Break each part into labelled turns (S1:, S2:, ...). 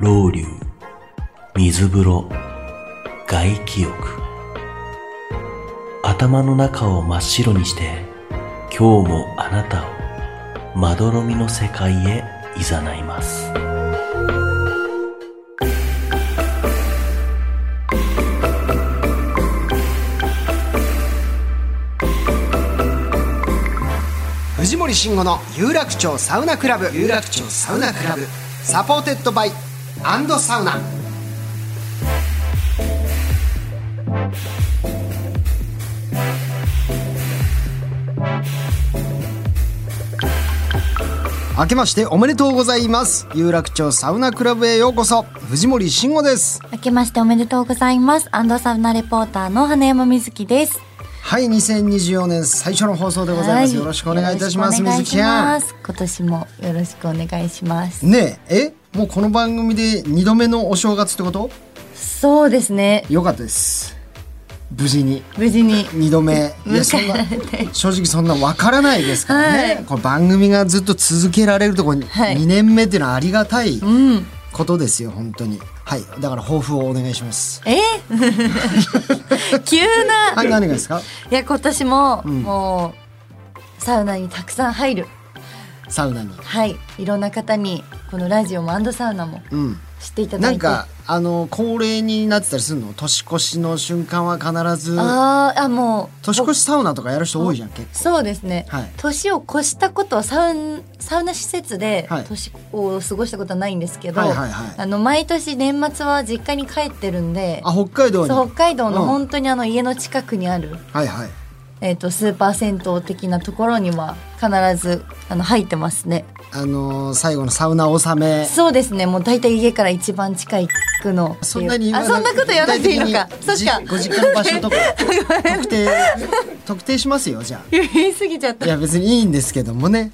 S1: 老流水風呂外気浴頭の中を真っ白にして今日もあなたをまどろみの世界へ誘います
S2: 藤森慎吾の有楽町サウナクラブ有楽町サウナクラブサポーテッドバイアンドサウナ明けましておめでとうございます有楽町サウナクラブへようこそ藤森慎吾です
S3: 明けましておめでとうございます。アンドサウナレポーターの花山みずきです。
S2: はい2024年最初の放送でございます、
S3: は
S2: よろしくお願いいたします
S3: よろ
S2: 水
S3: しくお
S2: 木
S3: 願い
S2: ちゃ
S3: し
S2: ん
S3: ます今年もよろしくお願いします。
S2: ねええもうこの番組で2度目のお正月ってこと
S3: そうですね。
S2: よかったです無事に
S3: 無事に。
S2: 2度目いやそ んな正直そんなわからないですからね、この番組がずっと続けられるとこに
S3: はい
S2: 2年目っていうのはありがたいことですよ本当にはいだから抱負をお願いします
S3: え 急な。
S2: はい何がですか
S3: いや、今年も、もう、サウナにたくさん入る。
S2: サウナに
S3: はい。いろんな方に、このラジオもアンドサウナも、
S2: うん
S3: 知っていただ
S2: ないん
S3: て。
S2: かあの恒例になってたりするの年越しの瞬間は必ず
S3: あーあ、もう。
S2: 年越しサウナとかやる人多いじゃん結構
S3: そうですね、
S2: はい
S3: 年を越したことはサウンサウナ施設で
S2: はい
S3: 年を過ごしたことはないんですけど、
S2: はいはいはい
S3: あの毎年年末は実家に帰ってるんで
S2: あ北海道に
S3: そう北海道
S2: う
S3: の
S2: ん
S3: 本当にあの家の近くにある、
S2: はいはい
S3: えー、とスーパー銭湯的なところには必ずあの入ってますね
S2: あのー最後のサウナ納め
S3: そうですねもう大体家から一番近い区のっていう
S2: そんなに
S3: あそんなこと言わなくていいのか
S2: 具体
S3: そ
S2: 的
S3: っ
S2: に
S3: か
S2: じご実家の場所とか特定特定しますよじゃ
S3: 言い過ぎちゃっ
S2: あ
S3: た
S2: いや別にいいんですけどもね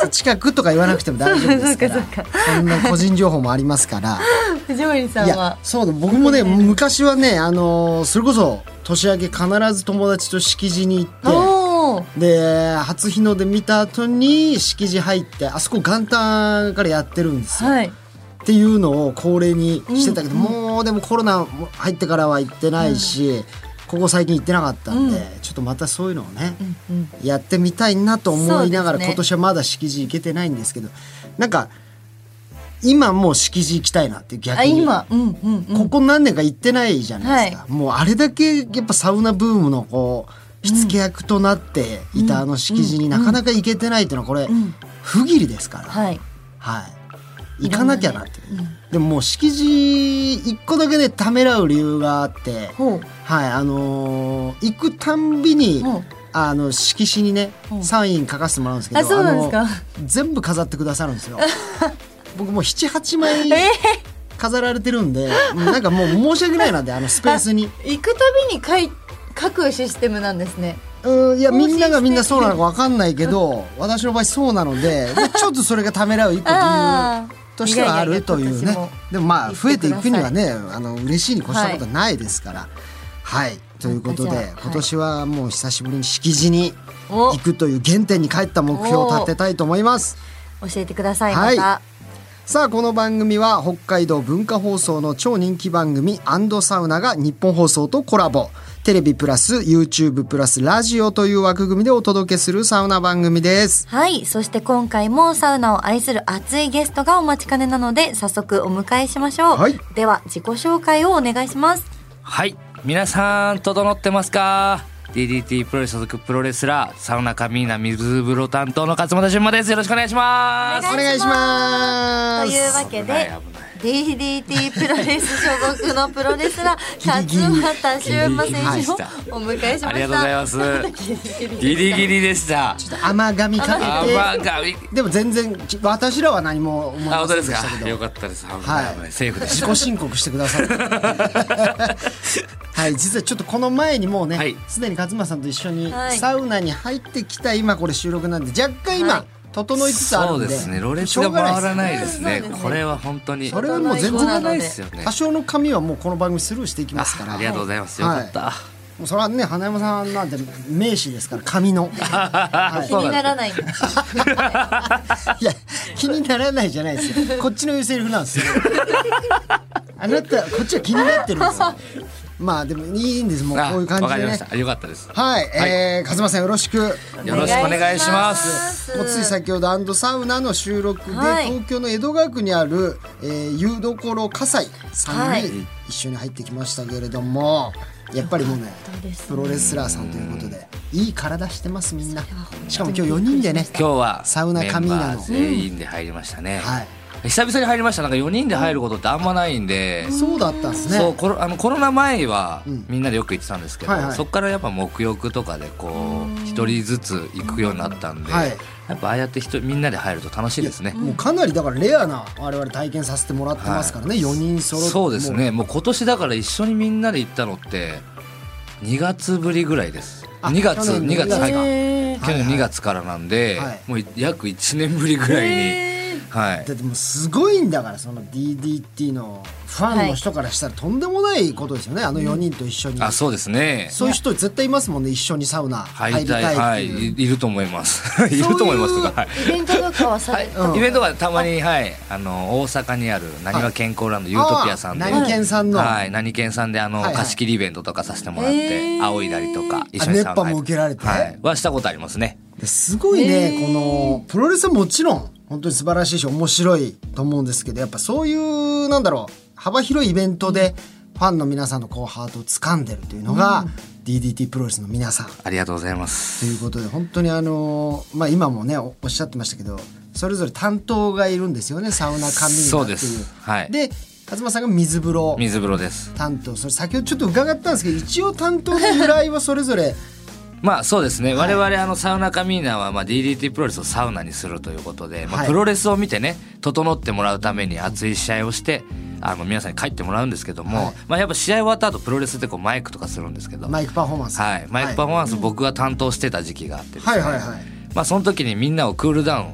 S2: そう近くとか言わなくても大丈夫ですから
S3: そうかそう
S2: そんな個人情報もあります から
S3: 藤森さ
S2: い
S3: ん
S2: や
S3: は
S2: そうだ僕もね昔はねあのーそれこそ年明け必ず友達と敷地に行って
S3: おお
S2: で初日の出見た後に敷地入ってあそこ元旦からやってるんですよ
S3: はい
S2: っていうのを恒例にしてたけど、もうでもコロナも入ってからは行ってないし、ここ最近行ってなかったんで、ちょっとまたそういうのをね、やってみたいなと思いながら、
S3: そうですね
S2: 今年はまだ敷地行けてないんですけどなんか今もう敷地行きたいなって逆
S3: あ
S2: に
S3: 今うんうんうん
S2: ここ何年か行ってないじゃないですか、
S3: は
S2: もうあれだけやっぱサウナブームのこう火付け役となっていたあの敷地になかなか行けてないっていうのはこれ、不義理ですから。
S3: はい
S2: はい。行かなきゃなって。でももう敷地一個だけでためらう理由があって、
S3: ほう
S2: はい、あのー行くたんびに、
S3: うん
S2: あの色紙にね、サイン書かせてもらうんですけど、
S3: あそうなんですか
S2: あの全部飾ってくださるんですよ。 僕もう七八枚
S3: え
S2: 飾られてるんで、うんなんかもう申し訳ないなってあのスペースに。
S3: ー、行くたびに書い書くシステムなんですね
S2: うん、いや
S3: 更新
S2: みんながみんな
S3: して
S2: そうなのかわかんないけど私の場合そうなので まあちょっとそれがためらう一個理由としてはあるという
S3: いや
S2: ね
S3: いやいや今年も
S2: でもまあ
S3: 言ってく
S2: 増え
S3: ださい
S2: ていくにはねあの嬉しいに越したことはないですからはい、ということ
S3: じゃあは
S2: で
S3: い
S2: 今年はもう久しぶりに敷地に
S3: お
S2: 行くという原点に帰った目標を立てたいと思います
S3: 教えてください
S2: は
S3: ま
S2: い
S3: た、
S2: さあこの番組は北海道文化放送の超人気番組アンドサウナが日本放送とコラボテレビプラス YouTube プラスラジオという枠組みでお届けするサウナ番組です
S3: はい。そして今回もサウナを愛する熱いゲストがお待ちかねなので、早速お迎えしましょう。
S2: はい
S3: では、自己紹介をお願いします。
S4: はい皆さん整ってますか DDT プロレス所属プロレスラーサウナカミーナ水風呂担当の勝俣俊馬ですよろしくお願いします
S2: お願いしま
S3: と
S2: す
S3: いうわけ
S4: 危な
S3: で、
S4: い危ない
S3: DDT プロレス所属のプロレスラー勝俣修馬選手をお迎えしました
S4: ありがとうございます ギリギリでした
S2: 甘噛み
S4: あ
S2: か
S4: まあ
S2: けて
S4: がみ
S2: でも全然ち私らは何も思い
S4: あ
S2: ま
S4: 本
S2: せ
S4: 当
S2: ん
S4: で
S2: ですした
S4: か
S2: け
S4: よ
S2: ど
S4: かったです危
S2: は
S4: ないい危ないセーフです
S2: 自己申告してくだ さいはい実はちょっとこの前にもう
S4: は
S2: ね
S4: い
S2: すで、に勝間さんと一緒に
S3: はい
S2: サウナに入ってきた今これ収録なんで若干今、
S3: はい
S2: 整いつつある
S4: そ
S2: ん
S4: う
S2: で
S4: ですねろれつ
S2: しょ
S4: が
S2: うがない
S4: 回らない
S2: で
S4: です
S3: し
S4: ね
S3: ょうがないですね
S4: これは本当に
S2: それはもう全然
S4: しょうがないですよね
S2: 多少の髪はもうこの番組スルーしていきますから
S4: ありがとうございますよ
S2: は
S4: かった
S2: もうそれはね花山さんなんて名詞ですから髪の
S4: あ
S3: 気
S4: そう
S3: にな
S4: な
S3: ん
S4: で
S3: らないんだ
S2: いや気にならないじゃないですよこっちの言うセリフなんですよあなたこっちは気になってるんですよまあでもいいんですもう
S4: すあ
S2: こういう感
S4: わ
S2: じ
S4: かり
S2: で
S4: ま
S2: ね
S4: したよかったです
S2: はい、えー、勝間さんよろしく。
S4: よろしくお願いします
S2: もうつい先ほどアンドサウナの収録で、
S3: はい
S2: 東京の江戸川区にある、えー、湯どころ葛西さ
S3: は
S2: ん
S3: い
S2: に一緒に入ってきましたけれども、やっぱりもうね
S3: ですね
S2: プロレスラーさんということでいい体してますみんなしかも今日4人でね
S4: 今日は
S2: サウナカミーナの
S4: メンバー全員で入りましたね、
S2: はい
S4: 久々に入りましたなんか4人で入ることってあんまないんで、
S2: そうだったんですね
S4: そうコロあのコロナ前はみんなでよく行ってたんですけど、
S2: はいはい
S4: そこからやっぱ沐浴とかでこう一人ずつ行くようになったんで、
S2: はい
S4: やっぱああやって一人みんなで入ると楽しいですね。
S2: もうかなりだからレアな我々体験させてもらってますからね、4人揃って
S4: そうですねもう今年だから一緒にみんなで行ったのって2月ぶりぐらいです
S2: あ
S4: 2月
S2: 去年の
S4: 2月はい
S3: へ
S4: 去年2月からなんで、
S2: はい
S4: もう約1年ぶりぐらいに、はい
S2: だってもうすごいんだからその DDT のファンの人からしたらとんでもないことですよね、あの4人と一緒に、
S4: あそうですね
S2: そういう人絶対いますもんね一緒にサウナ入
S4: 入
S2: り
S4: り
S2: た
S4: たいはいい
S2: って
S4: い
S2: いう、
S4: いると思います いると思いますとかはい
S3: イベントとかはされて
S4: イベントがたまに、はい、あの大阪にあるなにわ健康ランドユートピアさんで
S2: あー何県さんの
S4: はい、何県さんであの、
S2: はいはい
S4: 貸し切りイベントとかさせてもらっ
S3: へ
S4: て
S3: ー
S4: 仰いだりとか一緒
S2: あ
S4: に
S2: 熱波も受けられて
S4: はい、はしたことありますね
S2: すごいね、このプロレスはもちろん本当に素晴らしいし面白いと思うんですけどやっぱそういうなんだろう幅広いイベントでファンの皆さんのこうハートを掴んでるというのが、DDT プロレスの皆さん
S4: ありがとうございま
S2: と
S4: す
S2: いうことで本当にあのーまあ今もねおおっしゃってましたけどそれぞれ担当がいるんですよねサウナカミーナ
S4: そ
S2: っ
S4: う
S2: てい
S4: で
S2: う
S4: すはい
S2: で勝間さんが水風呂
S4: 水風呂です
S2: 担当それ先ほどちょっと伺ったんですけど一応担当の由来はそれぞれ
S4: まあそうですね、我々あのサウナカミーナはまあ DDT プロレスをサウナにするということで、ま
S2: は
S4: あ、
S2: い
S4: プロレスを見てね整ってもらうために熱い試合をしてあの皆さんに帰ってもらうんですけども、まあ、やっぱ試合終わった後プロレスってこうマイクとかするんですけど、
S2: マイクパフォーマンス
S4: はい、マイクパフォーマンス僕が担当してた時期があってですね、
S2: はいはいはい
S4: まあ、その時にみんなをクールダウン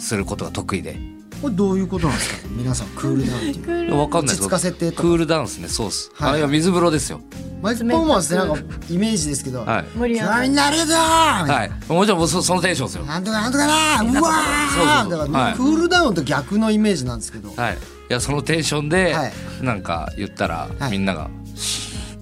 S4: することが得意で
S2: これどういうことなんですか皆さんクールダウンっていう
S4: 分かんないで
S2: 落
S4: す
S2: ち着かせてと
S4: クールダウンですねそうっす、
S2: はい
S4: あいや水風呂ですよ
S2: マイクパフォーマンスってなんかイメージですけど「
S4: はい
S2: 今日になるぞ!」
S4: はいもちろんもうそそのテンションですよ
S2: なんとかなんとかだうわー
S4: そうそうそう
S2: だから、
S4: はい
S2: クールダウンと逆のイメージなんですけど、
S4: はいいやそのテンションで、
S2: はい
S4: なんか言ったら、
S2: はい
S4: みんなが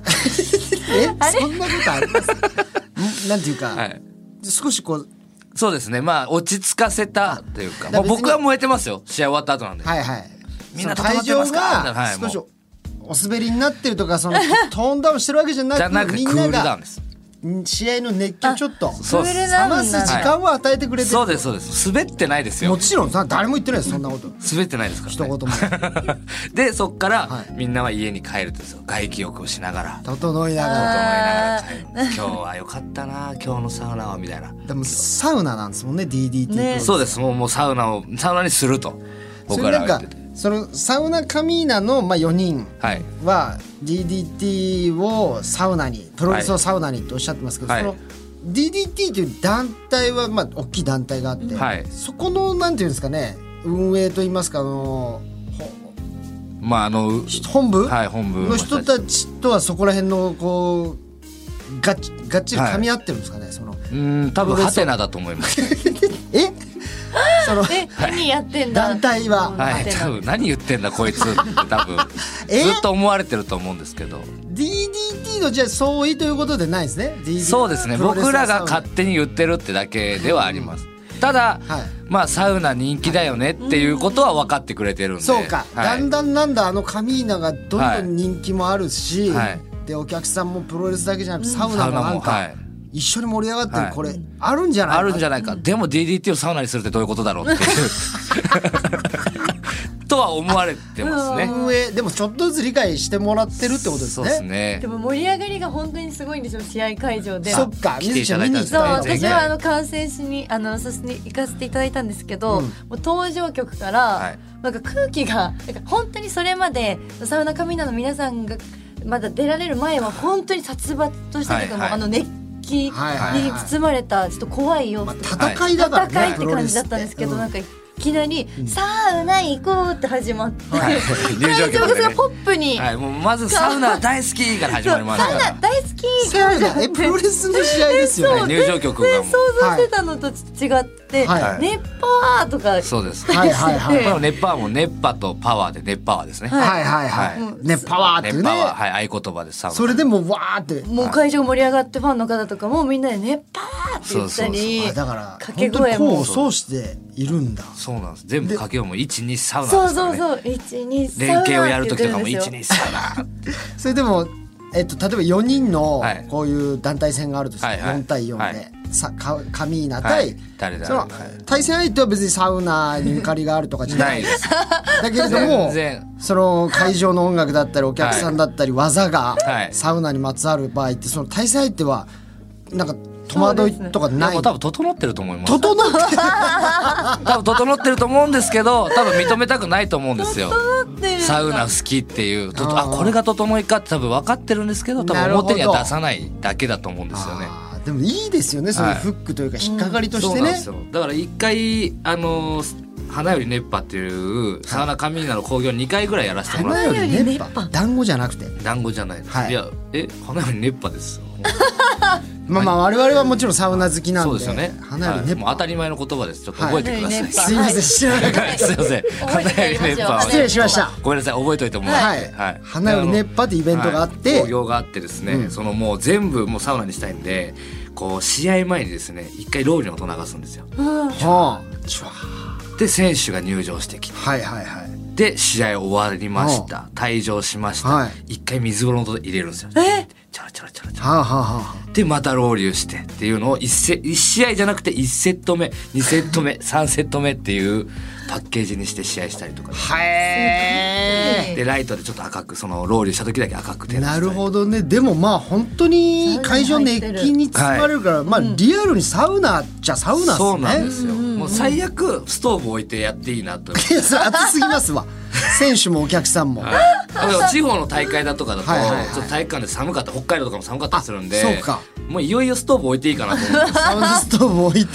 S2: えそんなことあり ますんなんていうか、
S4: はい
S2: 少しこう
S4: そうですねまあ落ち着かせたというか
S2: だから
S4: もう
S2: 別に
S4: 僕は燃えてますよ試合終わった後なんで、
S2: はいはい
S4: みんな
S2: その会
S4: 整って
S2: 場
S4: ますか
S2: が
S4: はいも
S2: 少
S4: う
S2: しお滑りになってるとか そのトーンダウンしてるわけじゃなく
S4: じゃなく
S2: み
S4: てク
S2: ん
S4: ー
S2: な
S4: ルダウン
S2: が
S4: です
S2: ん試合の熱気をちょっと
S4: そうです
S3: クールダウ
S2: 冷
S3: ン
S2: ます時間を与えてくれてる
S4: そうですそうです滑ってないです
S2: も
S4: よ
S2: ちろんさ誰も言ってないですそんなこと
S4: 滑ってないですから、ね、
S2: 一言も
S4: でそっから、
S2: はい
S4: みんなは家に帰るんですよ外気浴をしながら
S2: 整いなが
S4: 整いな
S2: ら
S4: がら帰る今日は良かったな今日のサウナはみたいな
S2: でもサウナなんですもんね DDT プロレス
S4: そうですもうもうサウナをサウナにすると
S2: そ
S4: 僕
S2: れ
S4: ら
S2: なん
S4: は言っ
S2: か
S4: てて
S2: そのサウナカミーナのまあ4人
S4: はい
S2: は DDT をサウナにプロレスをサウナにとおっしゃってますけど、
S4: はい
S2: その DDT という団体はまあ大きい団体があって、
S4: はい
S2: そこのなんていうんですかね運営といいますかあの
S4: まああのう
S2: 本部、
S4: はい本部
S2: の人たちとはそこら辺のこうがっちがっちり噛み合ってるんですかね、その
S4: うん多分ハテナだと思います
S2: えその
S3: え何やってんだ
S2: 団体は、
S4: はい多分何言ってんだこいつって多分
S2: え
S4: ずっと思われてると思うんですけど
S2: DDT のじゃあ相違ということでないですね DDT
S4: そうですね
S2: プロレス
S4: 僕らが
S2: サウナ
S4: 勝手に言ってるってだけではありますただ、
S2: はい
S4: まあサウナ人気だよねっていうことは分かってくれてるんで
S2: そうか、
S4: は
S2: だ
S4: い
S2: んだんなんだあのカミーナがどんどん人気もあるし、
S4: はい
S2: でお客さんもプロレスだけじゃなくてサウナ
S4: サウ
S2: も
S4: ナ
S2: な
S4: も
S2: んか、
S4: はい
S2: 一緒に盛り上がってる、
S4: はい
S2: これあるんじゃない
S4: あるんじゃ
S2: ない
S4: ないか、でも DDT をサウナにするってどういうことだろうっていう。とは思われてますね。
S2: 運営でもちょっとずつ理解してもらってるってことです
S4: そう
S2: ね。
S4: ですね
S3: で。も盛り上がりが本当にすごいんですよ試合会場で。
S2: そっか、み
S4: 来て
S2: ず
S4: い
S2: ちゃ
S4: た
S2: ん
S4: だ
S2: 見
S4: い
S2: に
S4: た
S2: 行
S4: ん
S2: っ
S4: で
S3: そ
S4: す
S2: たん
S3: う
S4: ね
S2: で
S4: 全
S3: 私
S2: すね
S4: 然。
S3: はあの観戦しにあのさせに行かせていただいたんですけど、
S2: うん
S3: もう登場曲から、
S4: はい
S3: なんか空気がなんか本当にそれまでサウナカミーナの皆さんがまだ出られる前は本当に殺伐としたというか、
S4: はいはい
S3: もうあの熱気に
S2: はいはいはい
S3: 包まれたちょっと怖い様子、
S2: まあ戦いだからね、
S3: 戦いっ
S2: プ
S3: て
S2: ロ
S3: 感
S2: レ
S3: じ
S2: ス
S3: だ
S2: っ
S3: ってたんですけど、
S2: うん
S3: なんかいきなり「サウナ行こう」って始まって、
S4: はい入場
S3: 会場
S4: 曲
S3: が
S4: ですね
S3: ごいポップに。
S4: はい、もうまずサウナ大好きから始
S3: そう
S4: ま
S3: サ
S4: り
S3: ウ
S4: ましたから
S3: ナ大好き
S2: サウ ナえプロレスの試合ですよ
S4: は
S2: ね。
S4: い入場曲がも
S3: 全然
S4: う
S3: 想像してたのと違って「
S2: はい
S3: 熱波」とか
S4: そうです。
S2: はいはいは
S4: こ
S2: い
S4: の熱波はもう熱波とパワーで熱波はですね。
S2: はい はいは。
S4: はい
S2: ねパワーってい
S4: 熱
S2: うね
S4: 波。ははい合言葉です。サウナ
S2: それでもうわーって。
S3: もう会場盛り上がってファンの方とかもみんなで「熱波」って言ったり
S2: あだから
S3: 掛け
S2: 本当
S3: 声
S2: に功を
S3: も。
S2: 奏しているんだ。
S4: そうなんです。全部掛けようも一二サウナ
S3: そう
S4: ですか
S3: そ
S4: ら
S3: う
S4: ね。
S3: そう、一二三。
S4: 連携をやるときとかも
S3: って言っ
S4: 一
S3: てるんで
S4: 二サウナ。
S2: それでもえっと例えば四人の
S4: はい
S2: こういう団体戦があるとして
S4: はいはい
S2: 四対四
S4: は
S2: で
S4: い
S2: さカカミーナ
S4: は
S2: 対
S4: い誰だ
S2: その
S4: はい
S2: 対戦相手は別にサウナにゆかりがあるとかじゃな
S4: ないい。です。
S2: だけれども
S4: 全然。
S2: その会場の音楽だったりお客さんだったり技が
S4: はい
S2: サウナにまつわる場合ってその対戦相手はなんか戸惑いとかない
S4: もう多分整ってると思います。
S2: 整って
S4: 多分整ってると思うんですけど、多分認めたくないと思うんですよ。
S3: すよ。
S4: サウナ好きっていうと
S2: あ
S4: あ
S2: ー
S4: これが整いかって多分分かってるんですけど多
S2: な
S4: 分
S2: るほど
S4: 表には出さないだけだと思うんですよね。
S2: あーでもいいですよねそういう
S4: はい
S2: フックというか引っかかりとし
S4: そう
S2: て
S4: なん
S2: ね
S4: ですよだから一回あの「花より熱波」っていうサウナカミーナの興行2回ぐらいやらせてもらっ
S2: 花
S4: て
S2: より熱
S3: 花より熱
S2: 波団子じゃなくて
S4: 団子じゃないです、
S2: はい
S4: い、やえ花より熱波ですよ
S2: まあまあ我々はもちろんサウナ好きなんで
S4: そうですよね
S2: 花より
S4: はい
S2: 熱
S4: もう当
S2: 波
S4: たり前の言葉ですちょっと覚えてください、
S3: はい
S2: すいません知らなかった
S4: すいませ
S3: 覚
S4: ん
S3: えて
S4: 花よ
S3: い
S4: り
S3: きましょう
S4: 熱波は
S2: 失礼しました
S4: ごめんなさい覚えといてもらって、
S2: はい花より熱波ってイベントがあって
S4: はい興行があってですね、
S2: うん
S4: そのもう全部もうサウナにしたいんでこう試合前にですね一回ロウリュの音流すんですよ
S2: はあちょ
S4: で選手が入場してきて
S2: はいはいはい
S4: で試合終わりました退場しました、
S2: はい
S4: 一回水風呂の音で入れるんですよ
S3: え
S4: ちょろちょろちょろちょろ
S2: はあはあは
S4: でまたロウリュしてっていうのを 1, セ一試合じゃなくて1セット目2セッ ト目3セット目っていうパッケージにして試合したりとか
S2: あへ
S4: でライトでちょっと赤くそのロウリュした時だけ赤くて
S2: えなるほどねでもまあ本当に会場熱気に包まれるから、まあリアルにサウナじゃサウナっすね
S4: そうなんですよ、もう最悪ストーブ置いてやっていいな と思って
S2: いやそれ暑すぎます わ選手もお客さんも、
S4: あでも地方の大会だとかだと、
S2: はいはいはい
S4: ちょっと体育館で寒かった北海道とかも寒かったりするんで
S2: あそうか
S4: もういよいよストーブ置いていいかなと思っ て
S2: サウナストーブ置いて、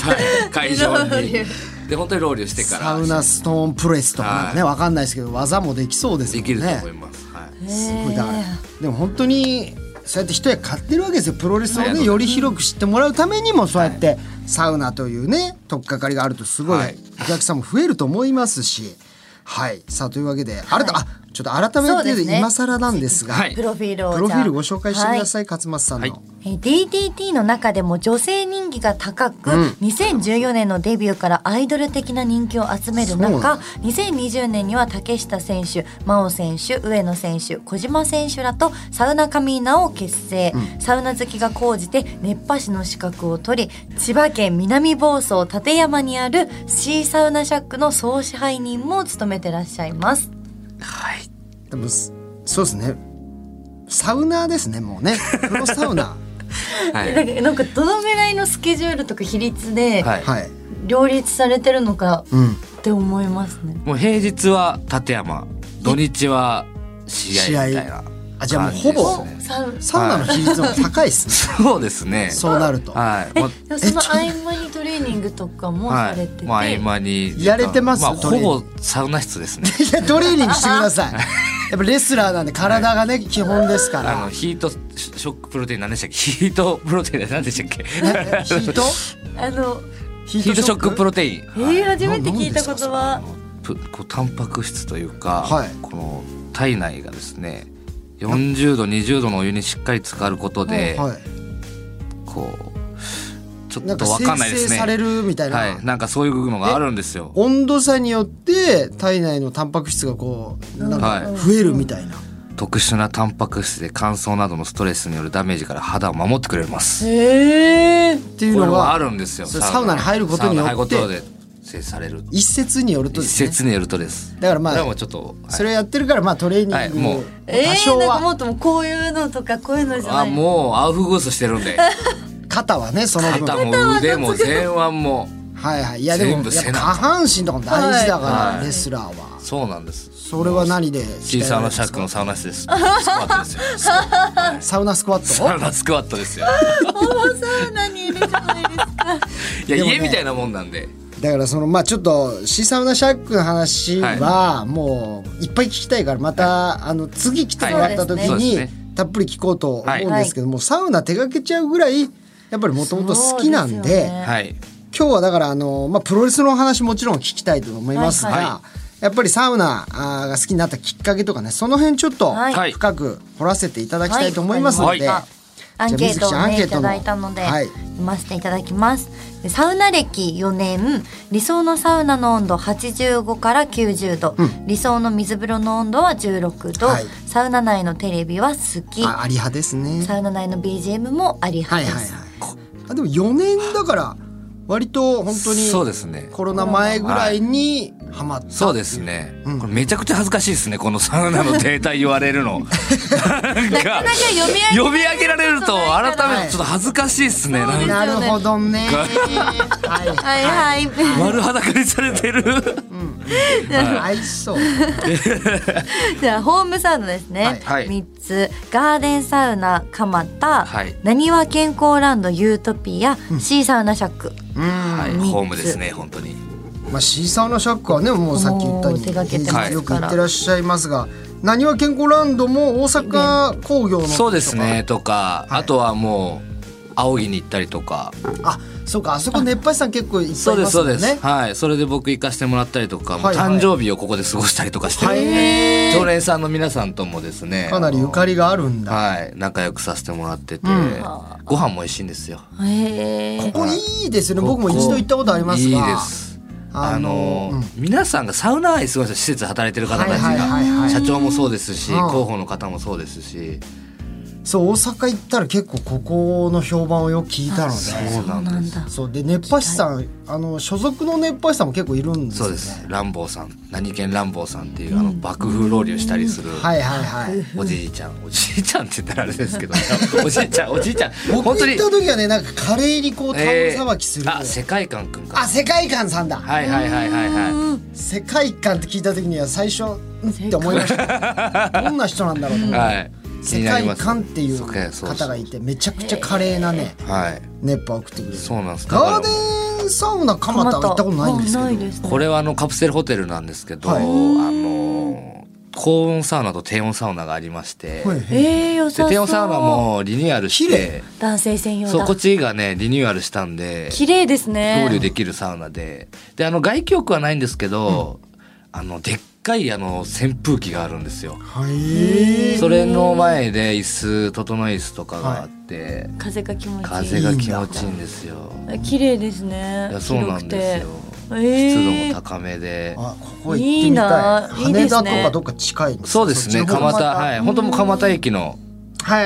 S4: 会場
S3: ロウ
S4: に
S3: リ
S4: で本当にロウリュしてから
S2: サウナストーンプレスとかなんかね、わかんないですけど技もできそうです
S4: で
S2: もん
S4: き
S2: ね
S4: ると思います、はい、
S2: すごいだからでも本当にそうやって人や買ってるわけですよプロレスをねより広く知ってもらうためにもそうやってサウナというね取っかかりがあるとすごい
S4: はい
S2: お客さんも増えると思いますしはいさあというわけで改めあちょっと改
S3: そ
S2: め
S3: うで
S2: て
S3: すね
S2: 今更なんですが
S4: はい
S3: プロフィールを
S2: プロフィールご
S3: じゃあ
S2: 紹介してくだ
S3: はい
S2: さい勝松さん
S4: はい
S2: の。
S3: えー DDT の中でも女性人気が高く、2014年のデビューからアイドル的な人気を集める
S2: そうな
S3: 中
S2: んだ
S3: 2020年には竹下選手真央選手上野選手小島選手らとサウナカミーナを結成、サウナ好きが高じて熱波師の資格を取り千葉県南房総立山にあるシーサウナシャックの総支配人も務めてらっしゃいます。
S4: はい、
S2: でもすそうですねサウナーですねもうねプロサウナ
S4: はい
S3: なんかなんかどのぐらいのスケジュールとか比率で
S4: はい
S2: はい
S3: 両立されてるのか
S2: ん
S3: って思いますね。
S4: もう平日は立山土日は試合みたい
S2: 試合
S4: な
S2: あじゃあもうほぼ
S4: 感じですね
S3: サウ
S2: サウナの比率も高いっすね
S4: そうですね
S2: そうなると
S4: はい、ま
S3: でもその合間にトレーニングとかもさ
S4: は
S3: れてて、
S4: い、まあ合間に
S2: やれてます
S4: まあ、
S2: トレー
S4: ほ
S2: ニング
S4: ぼサウナ室で すね
S2: いやトレーニングしてください。やっぱレスラーなんで体がね基本ですか
S4: あの
S2: ら。
S4: ヒートショックプロテイン何でしたっけヒートプロテイン何でしたっけ
S2: えヒート？
S3: あの、
S2: ヒ
S4: ヒートショックプ
S2: ロ。
S4: ロテイン
S3: えー、初めて聞いたことは
S4: ぷこうタンパク質というか、
S2: はい
S4: この体内がですね40度20度のお湯にしっかり浸かることで、
S2: はい。
S4: こうちょ
S2: な
S4: っ
S2: んか
S4: とわかんない
S2: 生
S4: で
S2: 成
S4: すね
S2: されるみたい
S4: はい、
S2: な。
S4: なんかそういうのがあるんですよ
S2: 温度差によって体内のタンパク質がこうなん
S4: は
S2: か
S4: い
S2: 増えるみたいな。
S4: 特殊なタンパク質で乾燥などのストレスによるダメージから肌を守ってくれます
S2: へえ。っていう
S4: これ
S2: の
S4: はあ
S2: が
S4: るんですよ
S2: そうサウナに入ることによって
S4: サウナに入ることで制される
S2: 一説によると
S4: 一
S2: ですね
S4: 説によるとです
S2: だからまあ
S4: これはもうちょっと、はい
S2: それをやってるからまあトレーニング、
S4: はいもう
S3: え
S2: 多
S3: ー、
S2: 少
S3: なんかも
S2: は
S3: っともうこういうのとかこういうのじゃない
S4: あもうアウフグースしてる んで
S2: 肩はねその分
S4: 肩も腕も前腕も
S2: はいはいいやでも
S4: 全部
S2: やっぱ下
S4: 背中
S2: 半身とかも大事だから、
S4: はい
S2: レスラーは
S4: そうなんです
S2: それは何で
S4: シーサーのシャークのサウナ室ですスクワットですよ
S2: サウナスクワッ
S4: サ
S2: ト
S4: ウナスクワットですよ
S3: うサウナにいるじゃないですか
S4: いや、
S2: でもね
S4: 家みたいなもんなんで
S2: だからそのまあちょっとシーサウナシャークの話はもういっぱい聞きたいからまた、あの次来てもらった時
S4: はいそうです
S2: に、
S4: ね
S2: たっぷり聞こうと思うんですけども、サウナ手がけちゃうぐらいやっぱりもともと好きなん
S3: そう
S2: で
S3: ですよね
S4: はい
S2: 今日はだからあの、まあ、プロレスのお話もちろん聞きたいと思いますが、
S3: はい
S2: はいやっぱりサウナあーが好きになったきっかけとかねその辺ちょっと
S3: はい
S2: 深く掘らせていただきたいと思いますの
S4: はい
S2: で、
S4: わか
S3: アンケートを
S2: じゃあ
S3: ね
S2: 水
S3: い
S2: 木ちゃんアンケートの
S3: ただいたので、
S2: はい
S3: 読ませていただきますでサウナ歴4年理想のサウナの温度85から90度、理想の水風呂の温度は16度、
S2: はい
S3: サウナ内のテレビは好き
S2: ああり派ですね。
S3: サウナ内の BGM もあり
S2: はい
S3: 派
S2: はい
S3: で
S2: はい
S3: す、。
S2: あでも4年だから割と本当に
S4: そうですね
S2: コロナ前ぐらいにハマった。
S4: そうですね、これめちゃくちゃ恥ずかしいですねこのサウナの停滞言われ るのなん
S3: なかなか読み上げ
S4: 呼び上げられると改
S3: ないから
S4: めてちょっと恥ずかしいですねなんか
S2: なるほど ね。
S4: そう
S2: はい
S3: はいはい、
S4: 丸裸にされてる
S2: 合いそう。
S3: じゃあホームサウナですね、
S2: はい
S4: はい
S3: 3つガーデンサウナ蒲田、
S4: はい
S3: なにわ健康ランドユートピア、シーサウナシャック
S4: はい
S3: 三つ
S4: ホームですね本当に
S2: まあシーサーのシャックはねもうさっき言ったように
S3: もう手掛けて
S4: ます
S2: よく
S3: から
S2: 行ってらっしゃいますが、なにわ健康ランドも大阪工業の
S4: そうですねとか、
S2: はい
S4: あとはもう仰ぎに行ったりとか
S2: あそうかあそこ熱波師さん結構いっぱい
S4: そ
S2: うい
S4: で
S2: ますす
S4: そ
S2: も
S4: う
S2: ね。
S4: んです、はいそれで僕行かしてもらったりとか、もう
S2: はいはい
S4: 誕生日をここで過ごしたりとかしてるんで、
S2: へー
S4: 常連さんの皆さんともですね
S2: かなりゆかりがあるんだ。
S4: はい仲良くさせてもらってて、ご飯も美味しいんですよ
S3: へー
S2: ここいいですよね。僕も一度行ったことありますが。
S4: いいです
S2: あ
S4: あ
S2: の
S4: の皆さんがサウナ愛すごいですよ施設で働いてる方たち
S2: はいはいはいはい
S4: が社長もそうですし
S2: うん
S4: 広報の方もそうですし
S2: そう大阪行ったら結構ここの評判をよく聞いたので。
S4: そうなんです
S3: だ
S2: そうで熱波師さんあの所属の熱波師さんも結構いるんです
S4: そう
S2: よ
S4: で
S2: ね。
S4: す乱暴さん何県乱暴さんっていうあの爆風ロウリュしたりする
S2: はいはいはい。
S4: おじいちゃんおじいちゃんって言ったらあれです けどおじいちゃんおじいちゃん
S2: 僕行
S4: 本当に
S2: った時はねなんか華麗にこうタオル
S4: え
S2: さばきする。
S4: ーあ世界観くん
S2: あ
S4: か
S2: 世界観さんだ。
S4: はいはいはいはいは
S2: 世界観って聞いた時には最初うんって思いま した。どんな人なんだろうと思
S4: い
S2: って。
S4: はい気
S2: 世
S4: になり
S2: 界
S4: ます
S2: 観っていう
S4: そうかそうそう
S2: 方がいてめちゃくちゃ華麗なね
S4: はい
S2: 熱波を送ってくれる。
S4: そうなんですだから
S2: ガーデンサウナ蒲田は行ったことないんですけど
S3: あ。ないですね
S4: これはあのカプセルホテルなんですけど、
S2: はい
S4: あの高温サウナと低温サウナがありまして、
S2: はい
S3: えー、良さ
S4: で
S3: そう
S4: 低温サウナもリニューアルし
S2: 綺麗
S4: て
S3: 男性専用
S4: そう
S3: だ
S4: こっちがねリニューアルしたんで
S3: 綺麗ですね
S4: ロウリュできるサウナでであの外気浴はないんですけど、あのでっかいあの扇風機があるんですよ。
S2: はい。
S4: それの前で椅子整い椅子とかがあって、
S3: 風が気持ちいい
S4: 風が気持ちいいんですよ。
S3: 綺麗ですね
S4: いやそうなんですよ、
S3: 広くて
S4: 湿度も高めで。
S2: あ、ここ行ってみたい。
S3: いいなぁいい
S2: 羽
S3: で
S2: 田
S3: す
S2: と
S3: ね
S2: かどっか近いんですか
S4: そうですね
S2: そっちの
S4: 蒲
S2: 方
S4: 田はい本当もう蒲田駅の
S2: は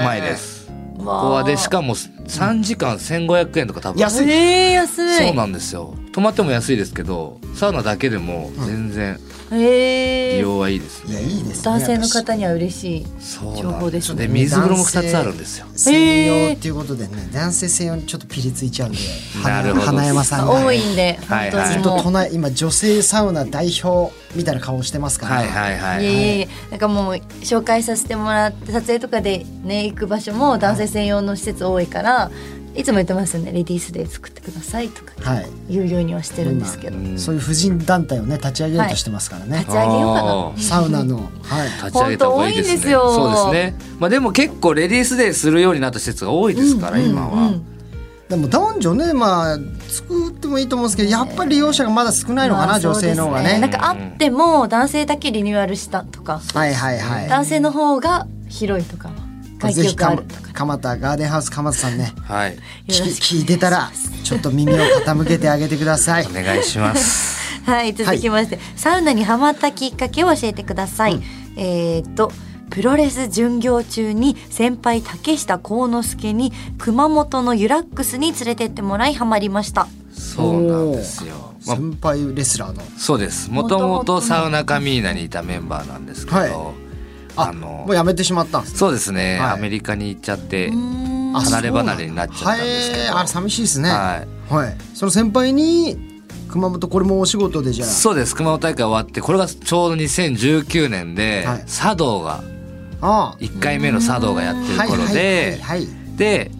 S2: い。
S4: 前で。す。
S3: えー
S4: ここはでしかも3時間1500円とか多分
S2: 安い
S3: えー、安い
S4: そうなんですよ泊まっても安いですけどサウナだけでも全然利
S3: えー、
S4: 用はいいです
S2: いや、
S4: ね、
S2: いいですね。
S3: 男性の方には嬉しい
S4: そう
S3: 情
S4: なん
S3: 報
S4: で
S3: ですす
S4: よ
S3: ね
S4: で水風呂も2つあるんですよ
S2: 専用っていうことでね、男性専用にちょっとピリついちゃうんで。
S4: なるほど
S2: 花山さんが。
S3: 多いんで
S4: は
S3: 本
S4: い
S3: 当
S4: はい
S3: に
S2: ずっ
S3: もう、
S2: と隣、今女性サウナ代表みたいな顔してますから。
S4: はいはいはいい、
S3: えいえなんかもう紹介させてもらって撮影とかでね行く場所も男性専用の施設多いからいつも言ってますよねレディースで作ってくださいとか
S2: はい。
S3: 言うようにはしてるんですけど
S2: そういう婦人団体をね、立ち上げようとしてますからね
S3: 立。ち上げようかな
S4: あー
S2: サウナの。はい。
S4: 立ち上げた方がいいですね
S3: 本当多いんですよ
S4: そうですねまあでも結構レディースデーするようになった施設が多いですから、今は、
S2: でも男女ねまあ作ってもいいと思うんですけどやっぱり利用者がまだ少ないのかな、
S3: まあ
S2: 女性の方がね
S3: そうですなんかあっても男性だけリニューアルしたとか
S2: はいはいは
S3: 男性の方が広いとか
S2: い
S3: 外
S2: ぜ
S3: 気
S2: ひ
S3: 浴あ
S2: か
S3: るとか
S2: 蒲田ガーデンハウス蒲田さんね
S4: はい
S3: よろしく
S2: 聞聞いてたらちょっと耳を傾けてあげてください
S4: お願いします
S3: はい続きまして、サウナにハマったきっかけを教えてください、えーっとプロレス巡業中に先輩竹下幸之助に熊本のユラックスに連れてってもらいハマりました
S4: そうなんですよま あ
S2: 先輩レスラーの
S4: そうですもともとサウナカミーナにいたメンバーなんですけど、
S2: はいあ
S4: あの
S2: もうやめてしまったんです
S4: そうですね、
S2: はい
S4: アメリカに行っちゃって
S2: あ
S4: 離れ離れになっちゃったんですけ
S2: そうなんだ
S4: ど
S2: はいあ寂しいですねは、
S4: はい
S2: その先輩に熊本これもお仕事でじゃあ
S4: そうです熊本大会終わってこれがちょうど2019年で、
S2: はい
S4: 茶道が
S2: あ
S4: 1回目の茶道がやって
S2: あ
S4: る頃で、
S2: はいはいはいはい
S4: で、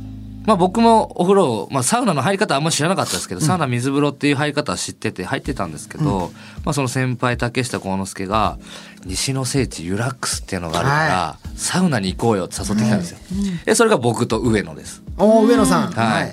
S4: まあ、僕もお風呂、まあ、サウナの入り方あんま知らなかったですけど、サウナ水風呂っていう入り方は知ってて入ってたんですけど、まあ、その先輩竹下幸之助が西の聖地ユラックスっていうのがあるから、サウナに行こうよって誘ってきたんですよ。でそれが僕と上野です。
S2: おー上野さん
S4: は
S2: はいい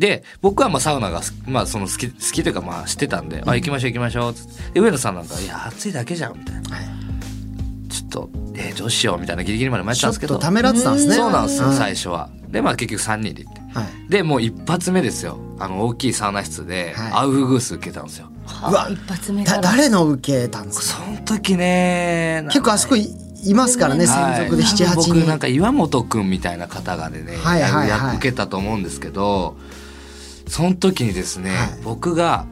S4: で僕はまあサウナがす、まあ、その好き好きというかまあ知ってたんで「あ行きましょう行きましょう」っつってで上野さんなんか「いや暑いだけじゃん」みたいな
S2: はい
S4: 「ちょっと、えーどうしよう」みたいなギリギリまで迷っ
S2: ち
S4: た
S2: ょ
S4: ん
S2: っ
S4: ですけど
S2: とためらってたんですね
S4: そうなんですよ、
S2: は
S4: 最初は。でまあ結局3人で行って。
S2: いはい
S4: でもう一発目ですよあの大きいサウナ室で
S2: はい
S4: アウフグース受けたんですよ、
S3: はあ
S2: うわ
S3: 一発目か
S2: だ
S3: ら
S2: 誰の受けたんですか
S4: その時ね
S2: 結構あそこいいますからね
S4: はい
S2: 専属で
S4: 多
S2: 78
S4: 分僕なん
S2: 人
S4: か岩本くんみたいな方がでね、
S2: はいはい
S4: や
S2: はい
S4: 受けたと思うんですけどその時にですね、
S2: はい
S4: 僕が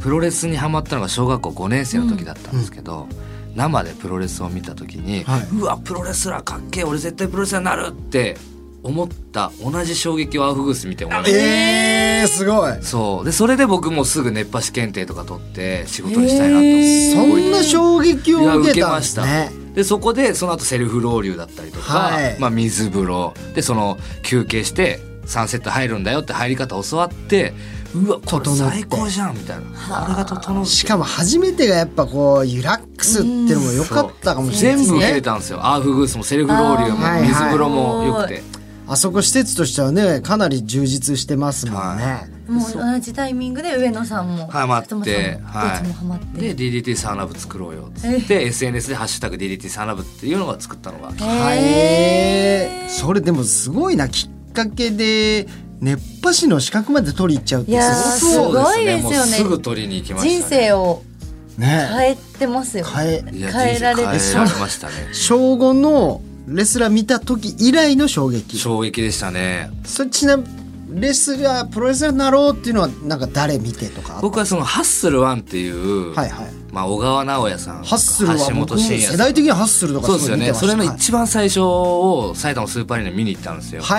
S4: プロレスにハマったのが小学校5年生の時だったんですけど、生でプロレスを見た時に、
S2: はいう
S4: わプロレスラーかっけえ俺絶対プロレスラーになるって思った同じ衝撃をアウフグース見て思いました
S2: えーすごい
S4: そうでそれで僕もすぐ熱波師検定とか取って仕事にしたいなと思って
S2: そんな衝撃
S4: いや
S2: を受
S4: 受
S2: け
S4: け
S2: たん
S4: ま
S2: で
S4: し
S2: す
S4: た
S2: ね
S4: でそこでその後セルフロウリュウだったりとか、
S2: はい
S4: まあ、水風呂でその休憩して3セット入るんだよって入り方教わってうわこれ
S2: 整って
S4: 最高じゃんみたいなこれが整う
S2: しかも初めてがやっぱこうユラックスっていうのも良かったかもしれない
S4: 全
S2: です
S4: 部受けれ
S2: ね
S4: たんですよアーフグースもセルフロウリュウ
S2: あー
S4: も水風呂もよくて、
S3: はい
S2: あそこ施設としてはねかなり充実してますもんね、
S3: もう同じタイミングで上野さんも
S4: ハマっ
S3: 勝間
S4: て、
S3: さんも
S4: は
S3: どっちもハマっ
S4: い、で
S3: て
S4: DDT サウナ部作ろうよっつって SNS で「ハッシュタグ #DDT サウナ部」っていうのが作ったのが
S2: へえそれでもすごいなきっかけで熱波師の資格まで取り行っちゃうって
S3: いやー
S2: すご
S3: すごいですよね
S4: もうすぐ取りに行きました、ね。
S3: 人生を
S2: いね
S3: 変えてますよ
S2: 変え
S4: いや
S3: 変えられる
S4: 人生変えられましたね。
S2: 小5のレスラー見た時以来の衝撃
S4: 衝撃でしたね。
S2: それちなみにレスラープロレスラーになろうっていうのはなんか誰見てとか
S4: 僕はそのハッスルワンっていう、
S2: はいはい
S4: まあ小川直也さん、
S2: ハッスルは
S4: 橋
S2: 僕
S4: 本
S2: も
S4: 真也
S2: 世
S4: さ
S2: 代
S4: ん。
S2: 的にはハッスルとか
S4: そうですよ
S2: ごい見て
S4: ね。
S2: ま
S4: そ
S2: し
S4: れ
S2: た
S4: の一番最初を埼玉スーパーアリーナ見に行ったんですよ。
S2: は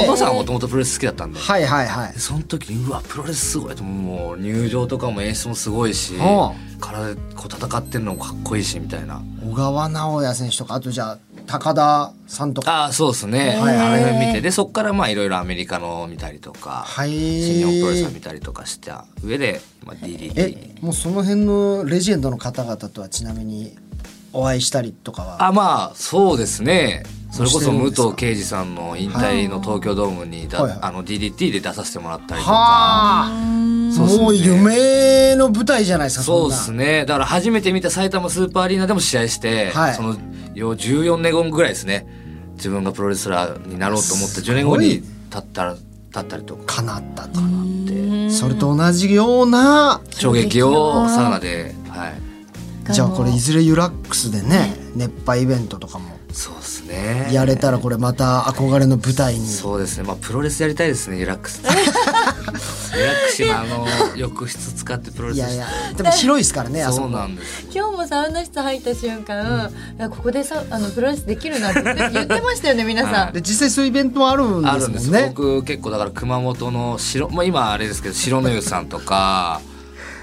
S4: お
S2: い
S4: 父さんお父さんはもともとプロレス好きだったんで。
S2: はいはいはい
S4: でその時にうわプロレスすごいともう入場とかも演出もすごいし
S2: おう
S4: 体でこう戦ってるのもかっこいいしみたいな
S2: 小川直也選手とかあとじゃあ高田さんとか
S4: ああそうですね、
S2: はい
S4: あれ見てでそっからまあいろいろアメリカのを見たりとか、
S2: はい
S4: 新日本プロレスを見たりとかした上で、まあ、DDT に
S2: えもうその辺のレジェンドの方々とはちなみにお会いしたりとかは
S4: あまあそうですねそれこ
S2: して
S4: そ
S2: るん
S4: 武
S2: ですか
S4: 藤敬司さんの引退の東京ドームにだ、
S2: はいはい
S4: あの DDT で出させてもらったりとか
S2: はあ
S4: そうっすね
S2: もう夢の舞台じゃないですかそん
S4: そうで
S2: な
S4: すねだから初めて見た埼玉スーパーアリーナでも試合して、
S2: はい
S4: そのよ14年後ぐらいですね自分がプロレスラーになろうと思った10年後に立ったら立ったりとか
S2: 叶ったとそれと同じような
S4: 衝撃をサウナではい
S2: じゃあこれいずれユラックスでね熱波イベントとかも
S4: そうですね
S2: やれたらこれまた憧れの舞台に
S4: そうですねまあプロレスやりたいですねリラック スリラックスのあの浴室使ってプロレ
S2: い
S4: ス
S2: やい
S4: し
S2: やでも広いですからね
S4: て
S2: あそ
S4: そう
S2: こ
S4: なんです
S3: 今日もサウナ室入った瞬間、いやここでさあのプロレスできるなって 言ってましたよね皆さん、
S2: で実際そういうイベントもあるん
S4: あ
S2: で
S4: る
S2: す
S4: んで
S2: も
S4: す、
S2: んね
S4: 僕結構だから熊本の白、まあ、今あれですけど白の湯さんとか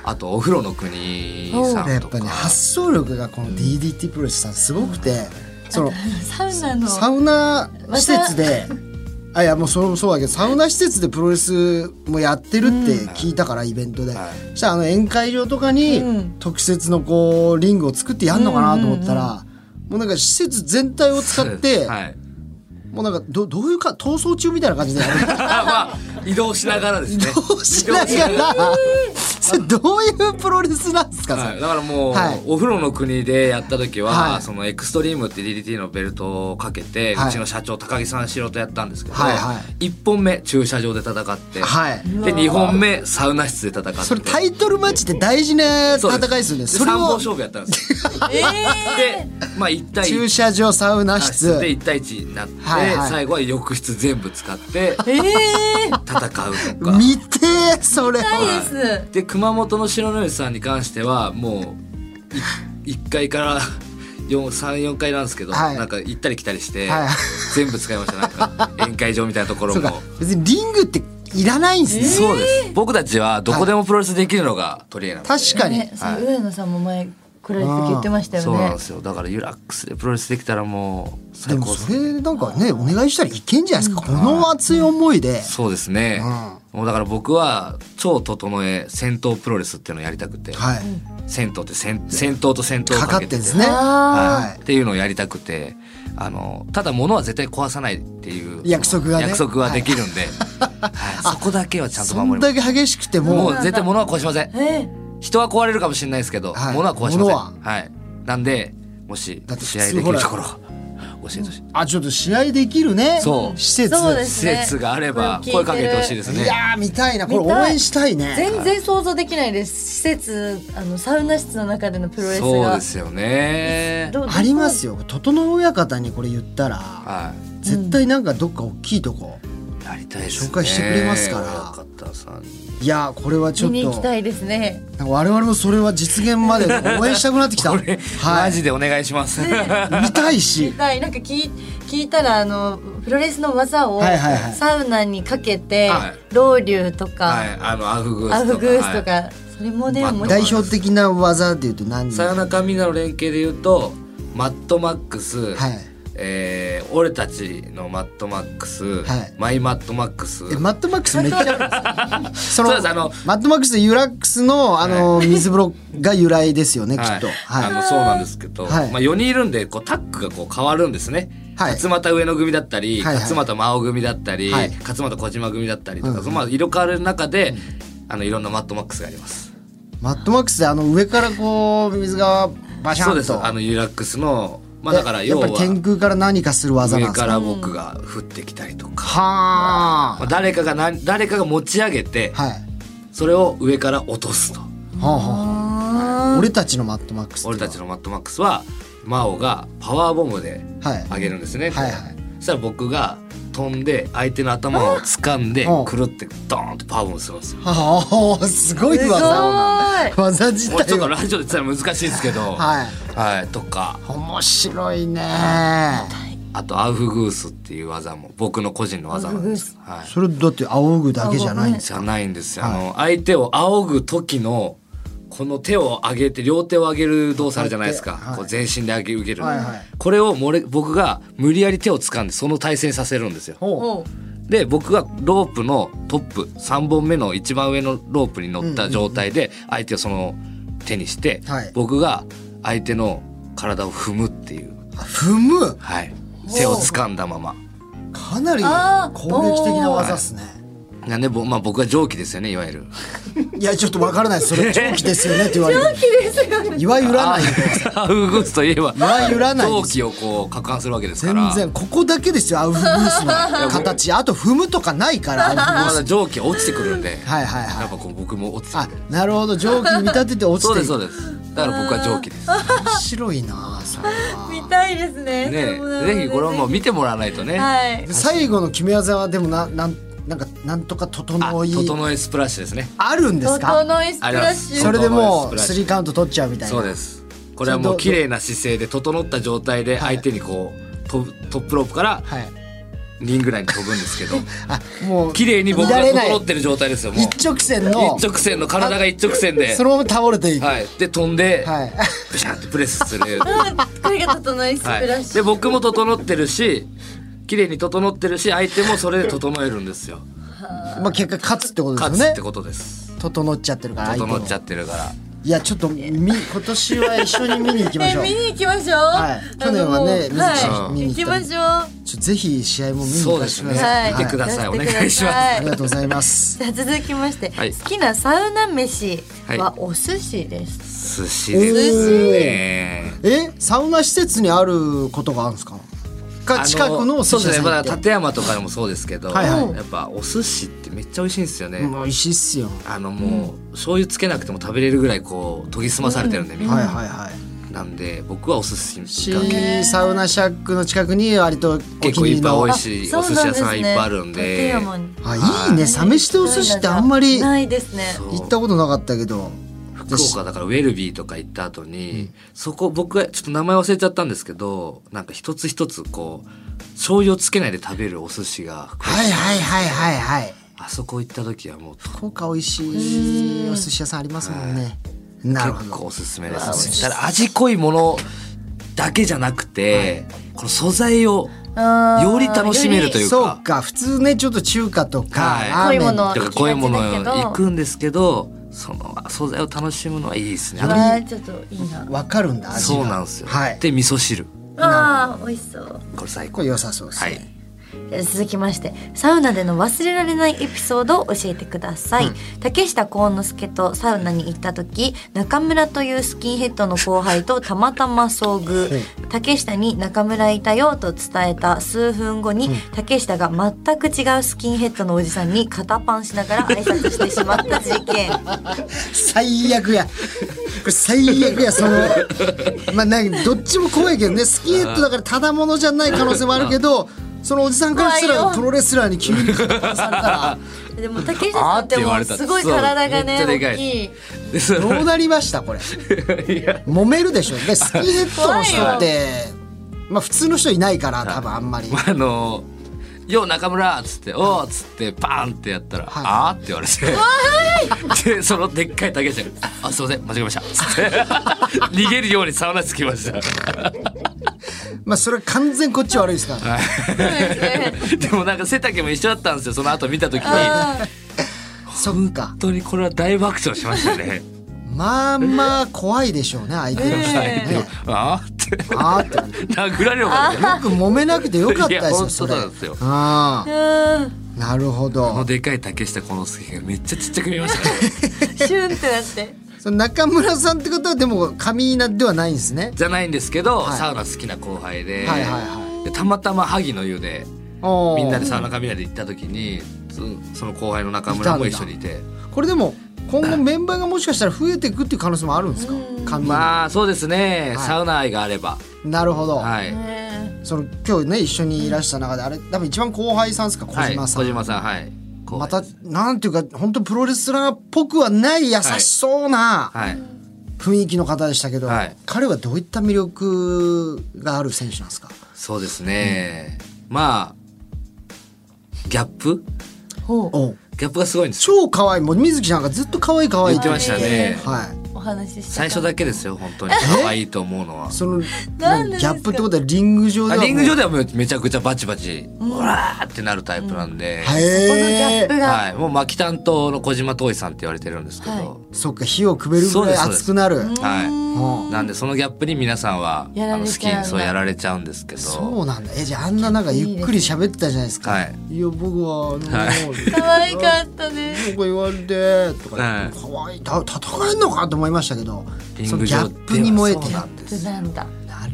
S4: あとお風呂の国さ
S2: や
S4: ん
S2: っ
S4: と
S2: ぱ
S4: か
S2: ね発想力がこの DDT プロレスさんすごくて、その
S3: サウナの
S2: サウナ施設で、 あいやもうそうそうだけどサウナ施設でプロレスもやってるって聞いたから、イベントで、
S4: は
S2: そしたらあの宴会場とかに特設のこうリングを作ってやんのかなと思ったら、もうなんか施設全体を使って、
S4: はい、
S2: もうなんかどどういうか逃走中みたいな感じでやる
S4: あまあ移動しながらですね
S2: どうしながら、それどういうプロレスなんですか、それ
S4: はい、だからもう、
S2: はい
S4: お風呂の国でやった時は、
S2: はい
S4: そのエクストリームって DDT のベルトをかけて、
S2: はいう
S4: ちの社長高木さんしろとやったんですけど、
S2: はいは
S4: 1本目駐車場で戦って、
S2: はい
S4: で2本目サウナ室で戦って
S2: それタイトルマッチって大事な戦いですよね。
S4: そ
S2: そうれ
S4: で三本
S2: を
S4: 勝負やったんですよ
S3: えー
S4: でまあ1対1
S2: 駐車場サウナ室
S4: で1対1になって、
S2: はいはい
S4: 最後は浴室全部使って
S3: ええー、
S4: 戦うと か。
S2: 見てーそれ
S3: 痛いです。
S4: で熊本の城之内さんに関してはもう1階から34階なんですけど、
S2: はい
S4: なんか行ったり来たりして、
S2: はい
S4: 全部使いましたなん か宴会場みたいなところ
S2: そう
S4: も
S2: か別にリングっていらないんですね、
S4: そうです僕たちはどこでもプロレスできるのが取り柄なんで
S2: 確かに、
S3: ね、そう上野さんも前来られた時言ってましたよ
S4: そうなん
S3: ね
S4: で。すよだからユラックスでプロレスできたらもう
S2: で
S4: 最
S2: も
S4: 高で
S2: そ
S4: すね
S2: れなんかねお願いしたらいけんじゃないですか、この熱い思いで、
S4: そうですね、もうだから僕は超整え戦闘プロレスっていうのをやりたくて、
S2: はい、
S4: 戦闘って戦戦闘と戦闘を
S2: かか
S4: か
S2: って
S4: け
S2: んで
S4: てて
S2: すね
S3: あ
S2: は
S4: っていうのをやりたくてあのただ物は絶対壊さないっていう
S2: 約束がね
S4: 約束はできるんで、はいそこだけはちゃんと
S2: そん
S4: 守りま
S2: だ
S4: す
S2: け激しくて
S4: も
S2: も
S4: う絶対物は壊しません
S3: ーえ
S4: 人は壊れるかもしれないですけど、
S2: はい
S4: 物は壊しません
S2: 物
S4: は
S2: はい
S4: なんでもし
S2: だって普通
S4: 試合できるところを教えてほしい
S2: あちょっと試合できるね
S4: そう
S2: 施設
S3: そうです
S4: 施設があれば
S3: これ聞いて
S4: 声
S3: る
S4: かけてほしいです
S2: い
S4: ね
S2: やー見たいなこれ
S3: 見た
S2: 応
S3: い
S2: 援したい
S3: え
S2: ね
S3: 全然想像できないです。施設あのサウナ室の中でのプロレスが。
S4: そうですよね
S3: どう
S2: ありますよ整親方にこれ言ったら
S4: は
S2: 絶対なんかどっか大きいとこ、
S4: いやりたいですね
S2: 紹介してくれますから
S4: 親方さんに
S2: いやーこれはちょ
S3: 見
S2: っ
S3: に行き
S2: と
S3: たいですね。
S2: なんか我々もそれは実現まで応援したくなってきた
S4: これ、
S2: は
S4: マ
S2: い
S4: ジでお願いします、
S2: 見たい し
S3: はい、なんか聞い聞いたらあのプロレスの技を
S2: はいはいはい
S3: サウナにかけて、
S4: はい
S3: ロウリュウとか、
S4: はい、あのアフグースとか
S3: アフグースとか、
S4: はい
S3: それもね
S4: まあ
S3: 面白
S2: 代
S3: い
S2: 表的な技でいうと何
S4: さよなかみんなの連携で言うとマットマックス、
S2: はい
S4: えー俺たちのマットマックス、
S2: はい
S4: マイマットマックス
S2: えマッドマックスめっちゃあるんですよそ の
S4: そうですあの
S2: マッドマックスとユラックスのあの、水風呂が由来ですよ ね、きっと。
S4: はいあ
S2: は
S4: のそうなんですけど、
S2: はい
S4: まあ、4人いるんでこうタッグがこう変わるんですね、
S2: はい
S4: 勝俣上野組だったり、
S2: はいはい
S4: 勝俣真央組だったり、
S2: はい
S4: 勝俣小島組だったりとか、
S2: うん
S4: そのまあ、色変わる中で、あのいろんなマットマックスがあります。
S2: い。マッドマックスであの上からこう水がバシャン
S4: そ
S2: と。
S4: うですあのユラックスの、まあ、だから
S2: えや
S4: 要
S2: っ
S4: は
S2: ぱり天空から何かする技なん
S4: 上
S2: です
S4: か
S2: から
S4: 僕が降ってきたりとか、
S2: は
S4: ま
S2: あ。
S4: あ、誰かが何誰かが持ち上げて、
S2: はい。
S4: それを上から落とすと
S2: はあはあ俺たちのマッドマックスっていう
S4: 俺
S2: のは。
S4: たちのマットマックスは真央がパワーボムで
S2: はい
S4: 上げるんですね、
S2: はいはい
S4: そしたら僕が飛んで相手の頭を掴んで
S2: うん
S4: くるってドーンとパワーボムするんですよ
S2: はあ、すごい
S3: すご
S2: 技。
S3: ーい
S2: 技自
S4: もうちょっ
S2: 体
S4: と
S2: は。
S4: ラジオで言ったら難しいですけど
S2: はい
S4: はいとか
S2: 面白いね。
S4: あとアウフグースっていう技も僕の個人の技なんですけど、はい、
S2: それだって仰ぐだけじゃないんです
S4: じゃないんですよ、あの相手を仰ぐ時のこの手を上げて両手を上げる動作あるじゃないですか、
S2: はい
S4: こう全身で上げ受ける、
S2: はいはい
S4: これをもれ僕が無理やり手を掴んでその対戦させるんですよ
S2: ほう
S3: おう
S4: で僕がロープのトップ3本目の一番上のロープに乗った状態で相手をその手にして、
S2: はい
S4: 僕が相手の体を踏むっていう、
S2: 踏む
S4: はい、手を掴んだまま
S2: かなり
S3: あー
S2: 攻撃的な技っすね。
S4: なんで、ぼまあ、僕は蒸気ですよねいわゆる。
S2: いやちょっとわからないですそ れ長期ですよねって言われる。
S3: 綺麗ですよね
S2: いわゆらな い。
S4: アウグースといえば
S2: わゆらないです
S4: 陶器をこう攪拌するわけですか
S2: 全
S4: ら
S2: 然ここだけですよアウフグースの 形。あと踏むとかないからアウフグ
S4: ま
S2: ース。
S4: だ蒸気落ちてくるんで
S2: はいはいはい
S4: やっぱこう僕も落ちて
S2: あ
S4: くる
S2: なるほど蒸気に見立てて落
S4: そう
S2: ち
S4: で
S2: て
S4: す
S2: い
S4: そ
S2: く
S4: うですだから僕は蒸気です
S2: 面白いなそれは
S3: 見たいですね
S4: ねぜひこれはもう見てもらわないとね
S3: はい
S2: 最後の決め技はでもななんなんかなんとか
S4: あ
S2: 整い
S4: 整えスプラッシュですね
S2: あるんですか？
S3: 整いスプラッシュ
S2: それでもう
S4: 整えスプラッシュ
S2: スリーカウント取っちゃうみたいな。
S4: そうですこれはもう綺麗な姿勢で整った状態で相手にこうトトップロープから
S2: はい。
S4: リング内に飛ぶんですけど
S2: あもう
S4: 綺麗に僕が
S2: 乱れない
S4: 整ってる状態ですよもう
S2: 一直線の
S4: 一直線の体が一直線で
S2: そのまま倒れていく。
S4: はいで飛んで
S2: はい。
S4: ブシャンってプレスする
S3: うんこれが整いスプラ
S4: は
S3: ッ
S4: い、
S3: シュ
S4: で僕も整ってるし綺麗に整ってるし相手もそれで整えるんですよ
S2: まあ結果勝つってこと
S4: 勝
S2: です
S4: つ
S2: よ
S4: っ
S2: ね
S4: て。ことです
S2: 整っちゃってるから相手
S4: 整
S2: も
S4: っちゃってるから
S2: いやちょっとみ今年は一緒に見に行きましょ う
S3: え見に行きましょう、
S2: はい去年はね水木
S3: あの
S4: さん
S3: はい
S2: 見に
S3: 行き
S2: 行った
S3: ま
S2: り
S3: しょう
S2: ちょぜひ試合も見に行
S4: そう
S2: か
S4: で
S2: せ
S4: す
S2: て
S4: ね
S2: ください、
S3: はい
S4: 見てくださいお願いし
S3: やって
S4: ます
S2: ありがとうございます
S3: さあ続きまして、
S4: はい
S3: 好きなサウナ飯
S4: はい
S3: はお寿司です、
S4: 寿司ですね
S2: えサウナ施設にあることがあるんですかか近くのお寿
S4: そ
S2: 司
S4: う
S2: 屋
S4: で
S2: さ
S4: すね
S2: ん
S4: ま
S2: 行っ
S4: だ
S2: て、
S4: 立山とかでもそうですけど
S2: はいは
S4: やっぱお寿司ってめっちゃ美味しいんですよね、
S2: うん美味しいっすよ
S4: あのもう、醤油つけなくても食べれるぐらいこう研ぎ澄まされてるんで、みんな
S2: はいはいはい
S4: なんで僕はお寿司
S2: し
S4: が
S2: サウナシャックの近くに割とお気
S4: 結構
S2: に入
S4: い
S2: り
S4: っぱい
S2: の
S4: 美
S2: あ
S4: 味しいお寿司屋さんいっぱいあるんで
S3: そうなんすね立山に
S2: いいねサメシとお寿司ってあんまり
S3: な
S2: 行
S3: いですね
S4: そう
S2: ったことなかったけど
S4: 福岡だからウェルビーとか行った後に、そこ僕はちょっと名前忘れちゃったんですけどなんか一つ一つこう醤油をつけないで食べるお寿司が福岡
S2: はいはいはいはいはい
S4: あそこ行った時はもう
S2: 福岡美味しいお寿司屋さんありますもんねなるほ
S4: 結
S2: ど
S4: 構おすすめですだから味濃いものだけじゃなくて、この素材を
S3: あー
S4: より楽しめるという
S2: そう
S4: か
S2: か普通ねちょっと中華とか、
S4: はい
S2: ラーメン
S3: 濃いもの
S4: だからこういうもの
S3: 行きがちだけど
S4: 行くんですけどその素材を楽しむのはいいですね
S3: う
S4: あ
S3: わー
S4: と
S3: ちょっといいな
S2: わかるんだ味が
S4: そうなんですよ、
S2: はい
S4: で味噌汁
S3: あー美味しそう
S4: これ最高
S2: これ良さそうです
S4: は
S2: ね、
S4: い
S3: 続きましてサウナでの忘れられないエピソードを教えてください、竹下幸之助とサウナに行った時中村というスキンヘッドの後輩とたまたま遭遇、竹下に「中村いたよ」と伝えた数分後に、竹下が全く違うスキンヘッドのおじさんに肩パンしながら挨拶してしまった事 件
S2: 最悪やこれ最悪やそのまあなんかどっちも怖いけどねスキンヘッドだからただものじゃない可能性もあるけどそのおじさんからした
S3: 怖い
S2: ら
S3: よ
S2: プロレスラーに急にされたら
S3: でも竹下さんって
S4: あーって言わ
S3: もう
S4: れた
S3: すごい体が
S4: そ
S3: ね
S4: うめっちゃでかい
S3: 大きい
S4: でそ
S2: ど
S4: の
S2: うなりましたこれ揉めるでしょでスキンヘッドの人ってまあ普通の人いないから多分あんまり
S4: あの「よう中村」っつって「おう」っつってパーンってやったら「
S2: はい
S4: あーって言われてでそのでっかい竹下が「あすいません間違えました」 つって逃げるようにサウナ室来ました
S2: まあそれ完全こっち悪いですから
S4: でもなんか背丈も一緒だったんですよその後見た時に本
S2: そっか
S4: 当にこれは大爆笑しましたね
S2: まあまあ怖いでしょうね相手の人もね
S4: あーって
S2: あーって
S4: 殴られるま
S2: よ
S4: で
S2: く揉めなくてよかったです
S4: いや
S2: よ
S4: 本当
S2: それ
S4: そうなんですよ
S2: あ
S3: うーん
S2: あなるほど
S4: このでかい竹下幸之助がめっちゃちっちゃく見えましたね
S3: シュンってなって
S2: その中村さんってことはでも上稲ではないんですね。
S4: じゃないんですけど、
S2: はい
S4: サウナ好きな後輩で,、
S2: はいはいは
S4: でたまたま萩の湯で
S2: おー
S4: みんなでサウナカミナで行った時にそその後輩の中村も一緒にいて
S2: これでも今後メンバーがもしかしたら増えていくっていう可能性もあるんですか上稲、
S4: まあそうですね、
S2: はい
S4: サウナ愛があれば
S2: なるほど、
S4: はい、
S2: その今日ね一緒にいらした中であれ多分一番後輩さんですか小
S4: はい、
S2: 島さん、
S4: はい後
S2: ま
S4: 輩
S2: たなんていうか本当プロレスラーっぽくはない優しそうな
S4: はい
S2: 雰囲気の方でしたけど、
S4: はい
S2: 彼はどういった魅力がある選手なんですか
S4: そうですね、まあギャップ
S2: おう
S4: ギャップがすごいんですよ
S2: 超可愛いもう水木ちゃんがずっと可愛い可愛い
S4: 言ってましたね
S2: はい
S3: お話しした
S4: 最初だけですよ本当に可愛いと思うのは
S2: その
S3: なん
S2: 何
S3: でです
S2: ギ
S3: か
S2: ャップってことはリング上では
S4: あ
S2: もう
S4: リング上ではもうめちゃくちゃバチバチうわーってなるタイプなんで、
S3: このギャッ
S2: へ
S3: プ
S2: え
S3: が、
S4: はい、もう巻き担当の小島遠いさんって言われてるんですけど、
S3: はい
S2: そっか火をくべるぐらい
S4: そうです
S2: 熱くなる
S4: は
S2: うん
S4: い、なんでそのギャップに皆さんは
S3: や
S4: あ
S3: ら
S4: の
S3: れ
S4: 好き
S3: ちゃうんだ
S4: にそうやられちゃうんですけど
S2: そうなんだえじゃああんななんかゆっくり喋ってたじゃないですか
S4: はい
S2: いや僕はあの
S3: 可愛かったね。
S2: 僕言われてと
S4: は
S2: か
S4: い
S2: 可愛いだ戦えんのかと思いましたけど
S4: リ
S2: そ
S4: ン
S2: の
S4: グ
S2: ギ
S4: 上
S2: ャ
S4: では
S2: ップに燃えて
S4: そうな
S2: なん
S4: です
S3: なんだ。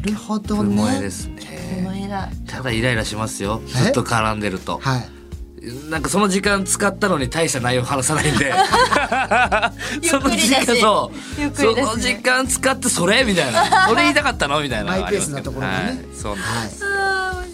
S2: るほど
S4: 不萌え
S2: ね
S4: です
S3: お
S4: ね
S3: 前ら。
S4: ただイライラしますよずっと絡んでると
S2: はい
S4: なんかその時間使ったのに大した内容 話さないんでその
S3: ゆ
S4: 時
S3: っくりだ
S4: 間
S3: し
S4: そう、
S3: ゆっく
S4: そ
S3: りだしね
S4: の時間使ってそれみ たいなそれ言いたかったのみたいな
S2: マイペースなところもね
S4: ありますけどはい、そうなんです
S2: はい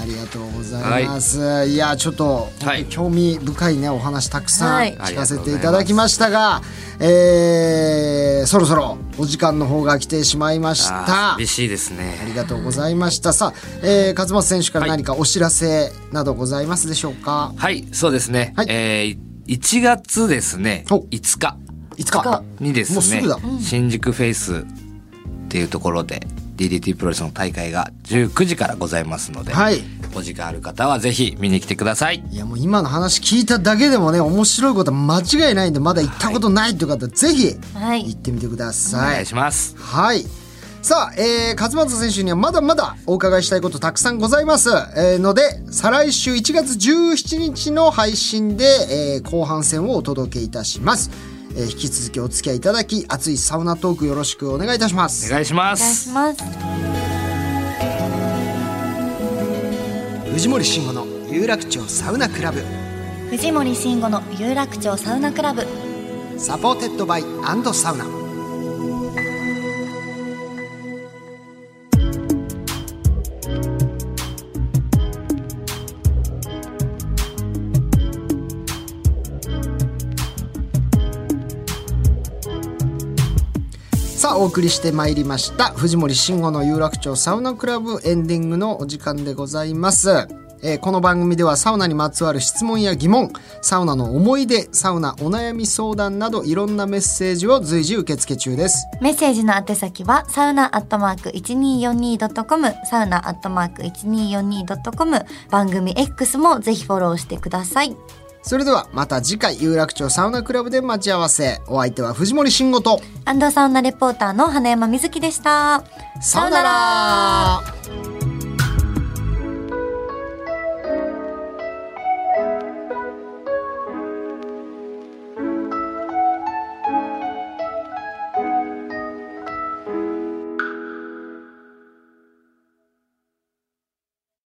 S2: ありがとうございます、い、やちょっと、
S4: はい
S2: 興味深いねお話たくさん
S3: はい
S2: 聞かせていただきましたが,、えーそろそろお時間の方が来てしまいまし
S4: あ
S2: た
S4: ー寂しいですね
S2: ありがとうございました。さあ、えー、勝松選手から何かお知らせなどございますでしょうか。
S4: はい、そうですね。
S2: はい
S4: えー1月ですね、
S2: お
S4: 5日
S2: いつか。
S4: にですね、
S2: もうすぐだ
S4: 新宿フェイスっていうところで DDT プロレスの大会が19時からございますので、
S2: はい
S4: お時間ある方はぜひ見に来てください。
S2: いやもう今の話聞いただけでもね面白いことは間違いないんでまだ行ったことないという方、ぜひ
S3: はい
S2: 行ってみてくだ
S4: お
S2: さ
S4: 願
S2: い
S4: い。します。
S2: はい。さあ、えー、勝俣選手にはまだまだお伺いしたいことたくさんございます、えーので再来週1月17日の配信で、えー後半戦をお届けいたします、えー引き続きお付き合いいただき熱いサウナトークよろしくお願いいたします
S4: お願いし
S3: お
S4: ま
S3: 願いし
S4: す。
S3: ます。
S2: 藤森慎吾の有楽町サウナクラブ
S3: 藤森慎吾の有楽町サウナクラブ。
S2: サポーテッドバイサウナさあお送りしてまいりました藤森慎吾の有楽町サウナクラブエンディングのお時間でございます、えーこの番組ではサウナにまつわる質問や疑問サウナの思い出サウナお悩み相談などいろんなメッセージを随時受付中です
S3: メッセージの宛先は、サウナアットマーク 1242.com、サウナアットマーク 1242.com、番組 X もぜひフォローしてください。
S2: それではまた次回有楽町サウナクラブで待ち合わせお相手は藤森慎吾と
S3: アンドサウナレポーターの花山瑞希でした。
S2: さよなら